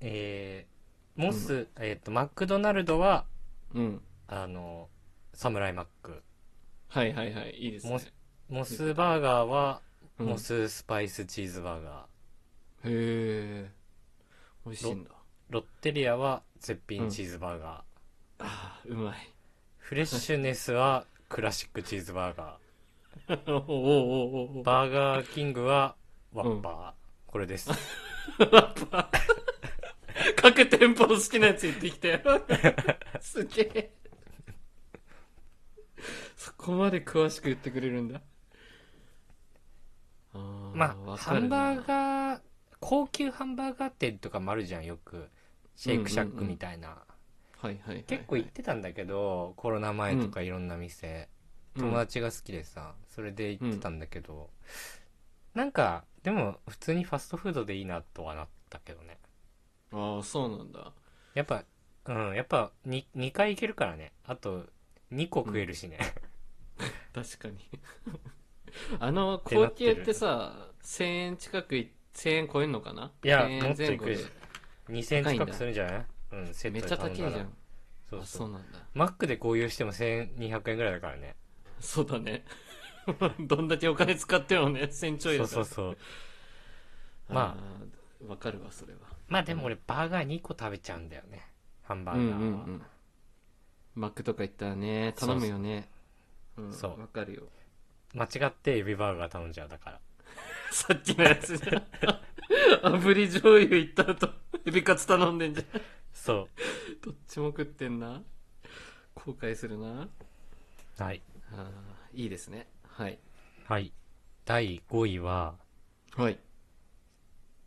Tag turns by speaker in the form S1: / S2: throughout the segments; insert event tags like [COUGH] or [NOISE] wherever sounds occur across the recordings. S1: えーモス、えっ、と、マクドナルドは、
S2: うん。
S1: あの、サムライマック。
S2: はいはいはい。いいですね
S1: モ。スモスバーガーは、
S2: うん
S1: モススパイスチーズバーガー。
S2: へえ。美味しいんだ。
S1: ロッテリアは、絶品チーズバーガー。
S2: ああ、うまい。
S1: フレッシュネスは、クラシックチーズバーガ
S2: おおおお
S1: ー。
S2: バ
S1: バーガーキングは、ワッパー。これです。
S2: ッパー。各店舗の好きなやつ言ってき [LAUGHS] たよ。すげえ。そこまで詳しく言ってくれるんだ。あー
S1: まあ、
S2: わか
S1: ハ
S2: る
S1: ン
S2: な
S1: バーガー、高級ハンバーガー店とかもあるじゃん、よく。シェイクシャックみたいな。
S2: はいはいはいはい。
S1: 結構行ってたんだけど、コロナ前とかいろんな店、友達が好きでさ、それで行ってたんだけど、なんか、でも普通にファストフードでいいなとはなったけどね。
S2: うんああ、そうなんだ。
S1: やっぱ、うん、やっぱ 2, 2回行けるからね。あと、2個食えるしね。
S2: 確 [LAUGHS] かにあの高級ってさ1000円近くい1000円超えんのかない
S1: や
S2: 1000
S1: もっとい
S2: 前
S1: く
S2: 後
S1: で
S2: で
S1: しょ2000円
S2: 高いんだ
S1: 近くするんじゃないうん、セッ
S2: めっ
S1: ト
S2: ち
S1: で
S2: ゃ
S1: 頼
S2: 高い
S1: ん
S2: じ
S1: だ
S2: ゃ
S1: ら。
S2: ん
S1: そう
S2: あ
S1: そ
S2: そう
S1: う。
S2: なんだ
S1: マックで購入しても1200円ぐらいだからね。
S2: そうだね [LAUGHS] どんだけお金使ってもね1000ちょい
S1: そう
S2: だか
S1: そ
S2: ら
S1: うそう。ま
S2: まあわかるわそれは
S1: まあでも俺バーガー2個食べちゃうんだよね。ハンバ
S2: うんうん
S1: ーガーは。
S2: うんマックとか行ったらね頼むよねうん
S1: そう
S2: わかるよ
S1: 間違ってエビバーガー頼んじゃうだから。
S2: さっきのやつじゃん [LAUGHS] 炙り醤油行った後エビカツ頼んでんじゃん
S1: そ
S2: どっちも食ってんな後悔するな
S1: う。はい。
S2: あーいいですねはい
S1: はい。第5位は、
S2: はい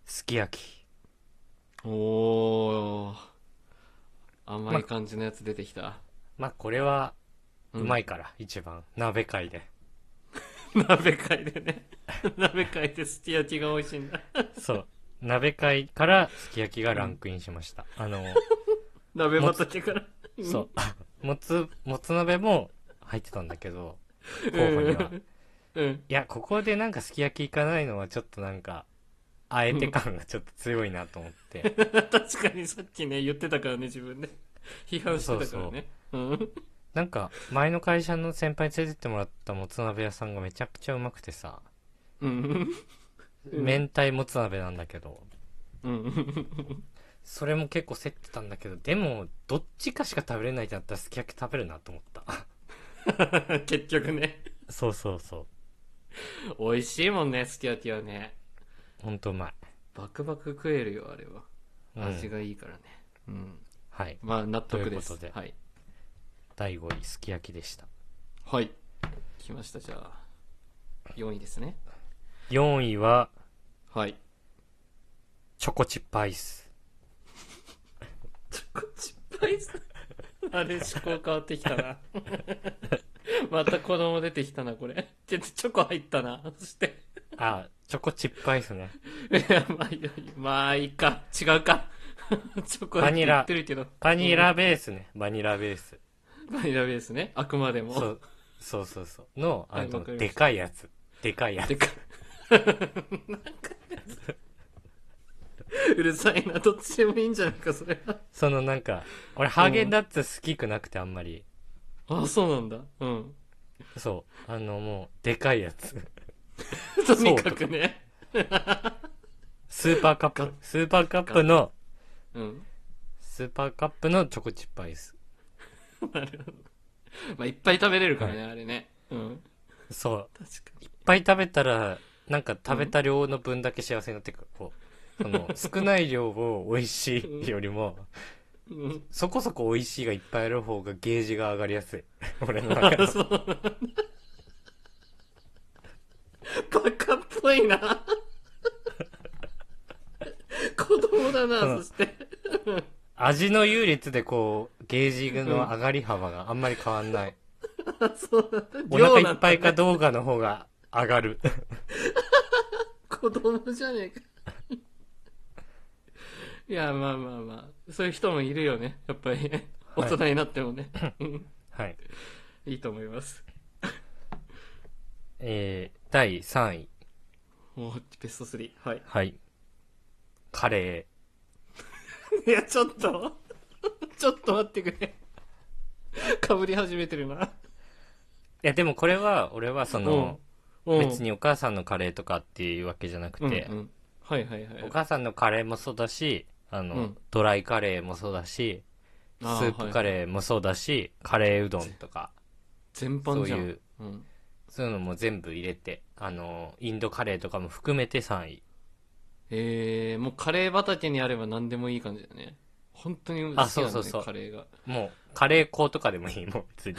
S1: すき焼き。
S2: おお甘い感じのやつ出てきた、
S1: まあこれは、うま
S2: い
S1: いから、一番。鍋界で。
S2: 鍋界でね鍋界ですき焼きが美味しいんだ
S1: そう。鍋界からすき焼きがランクインしました。あの、
S2: 鍋畑から
S1: そう。もつ、もつ鍋も入ってたんだけど、
S2: うん
S1: 候補には。
S2: うん [LAUGHS]
S1: いや、ここでなんかすき焼き行かないのはちょっとなんか、あえて感がちょっと強いなと思
S2: [LAUGHS]
S1: って。
S2: 確かにさっきね言ってたからね自分で批判してたからねうん
S1: なんか、前の会社の先輩に連れてってもらったもつ鍋屋さんがめちゃくちゃうまくてさ、
S2: うんうん
S1: 明太もつ鍋なんだけど、
S2: うん [LAUGHS]
S1: それも結構競ってたんだけど、でも、どっちかしか食べれないってなったらすき焼き食べるなと思った。
S2: 結局ね
S1: そうそうそう。
S2: 美味しいもんねすき焼きはね
S1: ほんとうまい。
S2: バクバク食えるよあれは
S1: うん
S2: 味がいいからねうん
S1: はい。
S2: まあ納得です
S1: ということで
S2: はい
S1: 第5位、すき焼きでした。
S2: はい来ましたじゃあ4位ですね
S1: 4位は、
S2: はい
S1: チョコチップアイス。
S2: チョコチップアイス [LAUGHS] あれ思考変わってきたな [LAUGHS] また子供出てきたなこれちょチョコ入ったなそして [LAUGHS]
S1: あ、チョコチップアイスね。
S2: いやまあいいよいいよまあいいか違うか [LAUGHS] チョコ
S1: バニラ
S2: 言ってるけど
S1: バニラベースね。バニラベース。
S2: バニラベースねあくまでも
S1: そう、そうそうそう。の、
S2: は
S1: あ
S2: い
S1: の
S2: わかり、まし
S1: で
S2: た
S1: かいやつ。でかいや
S2: で
S1: つ。
S2: か [LAUGHS] うるさいなどっちでもいいんじゃないかそれは
S1: そのなんか、俺、ハーゲンダッツ好きくなくてあんまり。
S2: あそうなんだうん
S1: そう。あの、もう、でかいやつ。
S2: とにかくね
S1: スーパーカップ。スーパーカップの、
S2: うん
S1: スーパーカップのチョコチップアイス。
S2: なるほどまあいっぱい食べれるからね、あれねうん
S1: そう。
S2: 確かに
S1: いっぱい食べたら、なんか食べた量の分だけ幸せになってくる。こう、そ
S2: [LAUGHS]
S1: の、少ない量を美味しいよりも、
S2: うん、 [LAUGHS]
S1: そこそこ美味しいがいっぱいある方がゲージが上がりや
S2: [LAUGHS]
S1: すい。俺の中で。
S2: あそうなんだバカっぽいな子供だなそして [LAUGHS]
S1: 味の優劣でこう、ゲージの上がり幅があんまり変わんない。
S2: あそうなんだ
S1: お腹い
S2: 量な
S1: っ
S2: んだ
S1: ぱいかどうかの方が上が
S2: [LAUGHS]
S1: る。
S2: 子供じゃねえか [LAUGHS] いやまあまあまあそういう人もいるよねやっぱり大人になって
S1: [LAUGHS]
S2: もね、うん
S1: はい。
S2: いいと思います
S1: えー、第3位。
S2: もうベスト3はい
S1: はい。カレ
S2: [LAUGHS] いや、ちょっと、 [LAUGHS] ちょっと待ってくれ。かぶり始めてるな。
S1: や、でもこれは、俺はその、
S2: うん
S1: 別にお母さんのカレーとかっていうわけじゃなくて、
S2: うんうんはいはいはい。
S1: お母さんのカレーもそうだし、あの、
S2: うん
S1: ドライカレーもそうだし、ス
S2: あー
S1: ープカ
S2: はい
S1: レーもそうだし、カレーうどんとか、
S2: 全般じゃん。
S1: そういう
S2: うん
S1: そういうのも全部入れて、あの、インドカレーとかも含めて3位。
S2: えー、もうカレー畑にあれば何でもいい感じだね。本当に好き
S1: あ
S2: なん
S1: そう
S2: だ
S1: そう
S2: ね
S1: そう
S2: カレーが。
S1: もう、カレー粉とかでも
S2: [LAUGHS]
S1: いい、もう、別に。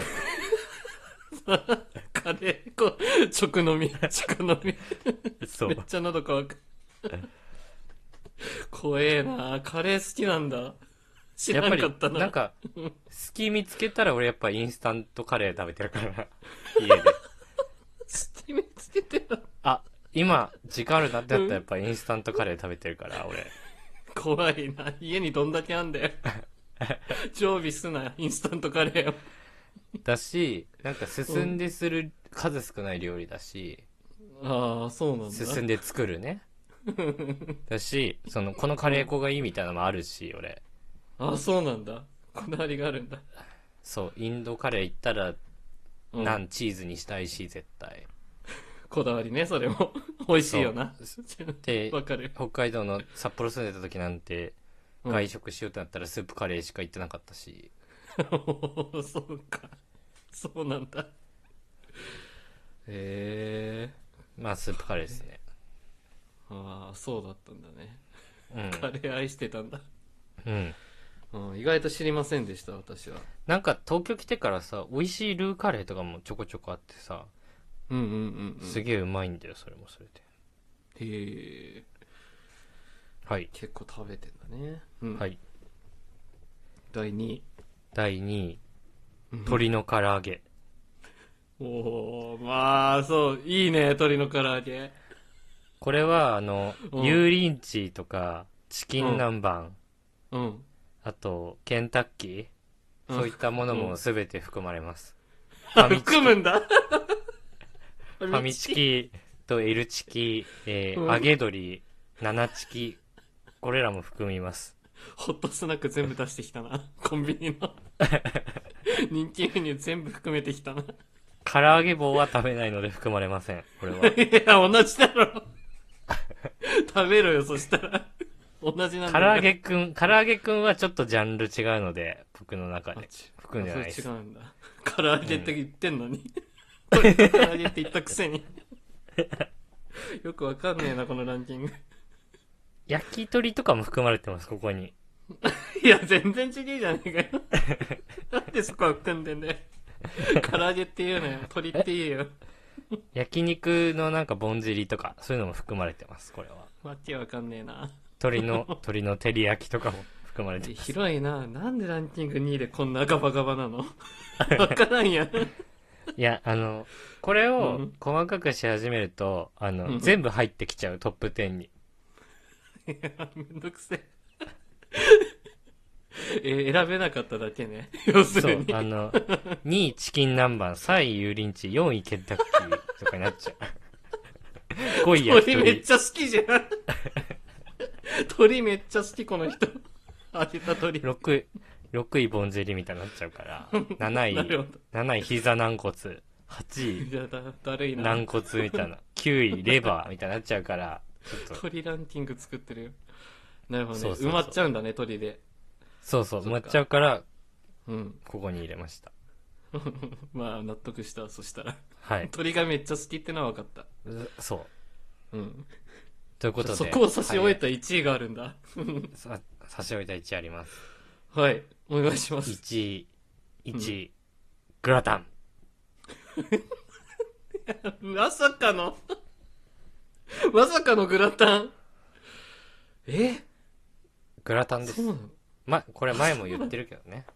S2: カレー、こう、直
S1: [LAUGHS]
S2: 飲み、直飲み。
S1: そう
S2: めっ。ちゃ喉
S1: [LAUGHS]
S2: 乾く。怖えなカレー好きなんだ。知
S1: や
S2: ら
S1: っぱ
S2: なか
S1: り
S2: った、な。
S1: なんか、隙見つけたら俺やっぱインスタントカレー食べてる
S2: [LAUGHS]
S1: から、家で。
S2: 隙見つけてる。
S1: あ、今、時間あるなってなったらやっぱインスタントカレー食べてるから、俺。
S2: 怖いな家にどんだけあんだ
S1: [LAUGHS]
S2: よ。常備すな、インスタントカレーを。
S1: だし、なんか進んでする数少ない料理だし、
S2: ああ、そうなんだ。
S1: 進んで作る
S2: [LAUGHS]
S1: ね。だし、その、このカレー粉がいいみたいなのもあるし、俺。
S2: ああ、そうなんだ。こだわりがあるんだ。
S1: そう、インドカレー行ったら、
S2: うん
S1: ナンチーズにしたいし、絶対。
S2: こだわりね、それも。 [LAUGHS] 美味しいよな。
S1: で
S2: [LAUGHS] わかる。
S1: 北海道の札幌住んでた時なんて、
S2: うん
S1: 外食しようってなったらスープカレーしか行ってなかったし。
S2: おーそうか。そうなんだ。へえ。
S1: まあ、スープカレーですね。
S2: ああ、そうだったんだね。 [LAUGHS] カ
S1: う
S2: レー愛してたんだ。
S1: ん。うん。
S2: うん、意外と知りませんでした、私は。
S1: なんか、東京来てからさ、美味しいルーカレーとかもちょこちょこあってさ、
S2: うんうんうん、うん。
S1: す
S2: へ
S1: げえうまいんだよ、それもそれで。
S2: え。
S1: はい。
S2: 結構食べてんだね。うん。
S1: はい。
S2: 第2位。
S1: 第2位、
S2: うん
S1: 鶏の唐揚げ。
S2: おおまあ、そう、いいね、鶏の唐揚げ。
S1: これは、あの、
S2: うん
S1: 油淋鶏とか、チキン南蛮、
S2: うん。
S1: あと、ケンタッキー、
S2: うん
S1: そういったものも全て含まれます。ファミチ
S2: 含むんだフ
S1: ファミチキと L チキ、えー
S2: うん
S1: 揚げ鶏、七チキ、これらも含みます。
S2: ホットスナック全部出してきた
S1: [LAUGHS]
S2: な。コンビニの。人気メニュー全部含めてきたな。い
S1: 唐揚げ棒は食べないので含まれません、これは。
S2: [LAUGHS] や、同じだろ。食べろよ、そしたら。同じなん
S1: 唐
S2: だ
S1: 揚
S2: よ。
S1: げくん、唐揚げくんはちょっとジャンル違うので、僕の中
S2: あ
S1: で。
S2: ち
S1: 含んでないです
S2: あそれ違うんだ。唐揚げって言ってんのに。これ唐揚げって言った
S1: [LAUGHS]
S2: くせに。よくわかんねえな、このラン
S1: [LAUGHS]
S2: キング。
S1: 焼き鳥とかも含まれてます、ここに。
S2: いや、全然違えじゃねえかよ。なんでそこは含んで
S1: [LAUGHS]
S2: んだよ。唐揚げって言うなよ。鳥って言えよ。
S1: 焼肉のなんかぼんじりとか、そういうのも含まれてます、これは。
S2: わけわかんねえな。
S1: 鶏の、 [LAUGHS] 鶏の照り焼きとかも含まれてます。
S2: 広いな。なんでランキング2位でこんなガバガバなの [LAUGHS] わからんや [LAUGHS] ん。
S1: いや、あの、これ
S2: う
S1: を
S2: ん
S1: 細かくし始めると、あの、
S2: うん
S1: 全部入ってきちゃう、トップ10に。
S2: いやめんどくせえ。えー [LAUGHS] 選べなかっただけね。要す
S1: そ
S2: る
S1: う
S2: に。、
S1: あの、2位チキン南蛮、3位油淋鶏、4位ケンタッキーとかになっ
S2: [LAUGHS]
S1: ちゃう。5位焼き
S2: 鳥めっ
S1: 鳥。
S2: ちゃ好きじゃん。 [LAUGHS] 鳥めっちゃ好き、この人。あげた鳥。
S1: 6位、6位ぼんじりみたいになっちゃう
S2: [LAUGHS]
S1: から、7
S2: なる
S1: 位
S2: ほ、
S1: 7位膝軟骨、8位
S2: いやだ、だるいな。
S1: 軟骨みたいな、9位レバーみたいになっちゃうから、ちょっと、
S2: 鳥ランキング作ってるよ。なるほどね。
S1: そうそうそう
S2: 埋まっちゃうんだね、鳥で。
S1: そうそう、
S2: そっか
S1: 埋まっちゃうから、
S2: うん。 [LAUGHS]
S1: ここに入れました。
S2: まあ、納得した、そしたら。
S1: はい。
S2: 鳥がめっちゃ好きってのは分かった。
S1: そう。
S2: うん。
S1: ということで。
S2: そこを差し終え
S1: は
S2: た1位があるんだ。
S1: いさ差し終えた1あります。
S2: はい。お願いします。
S1: 1位、1位、グラタン。
S2: まさかの、 [LAUGHS] まさかのグラタン。え
S1: グラタンです
S2: そう。なの
S1: ま、これ前も言ってるけどね。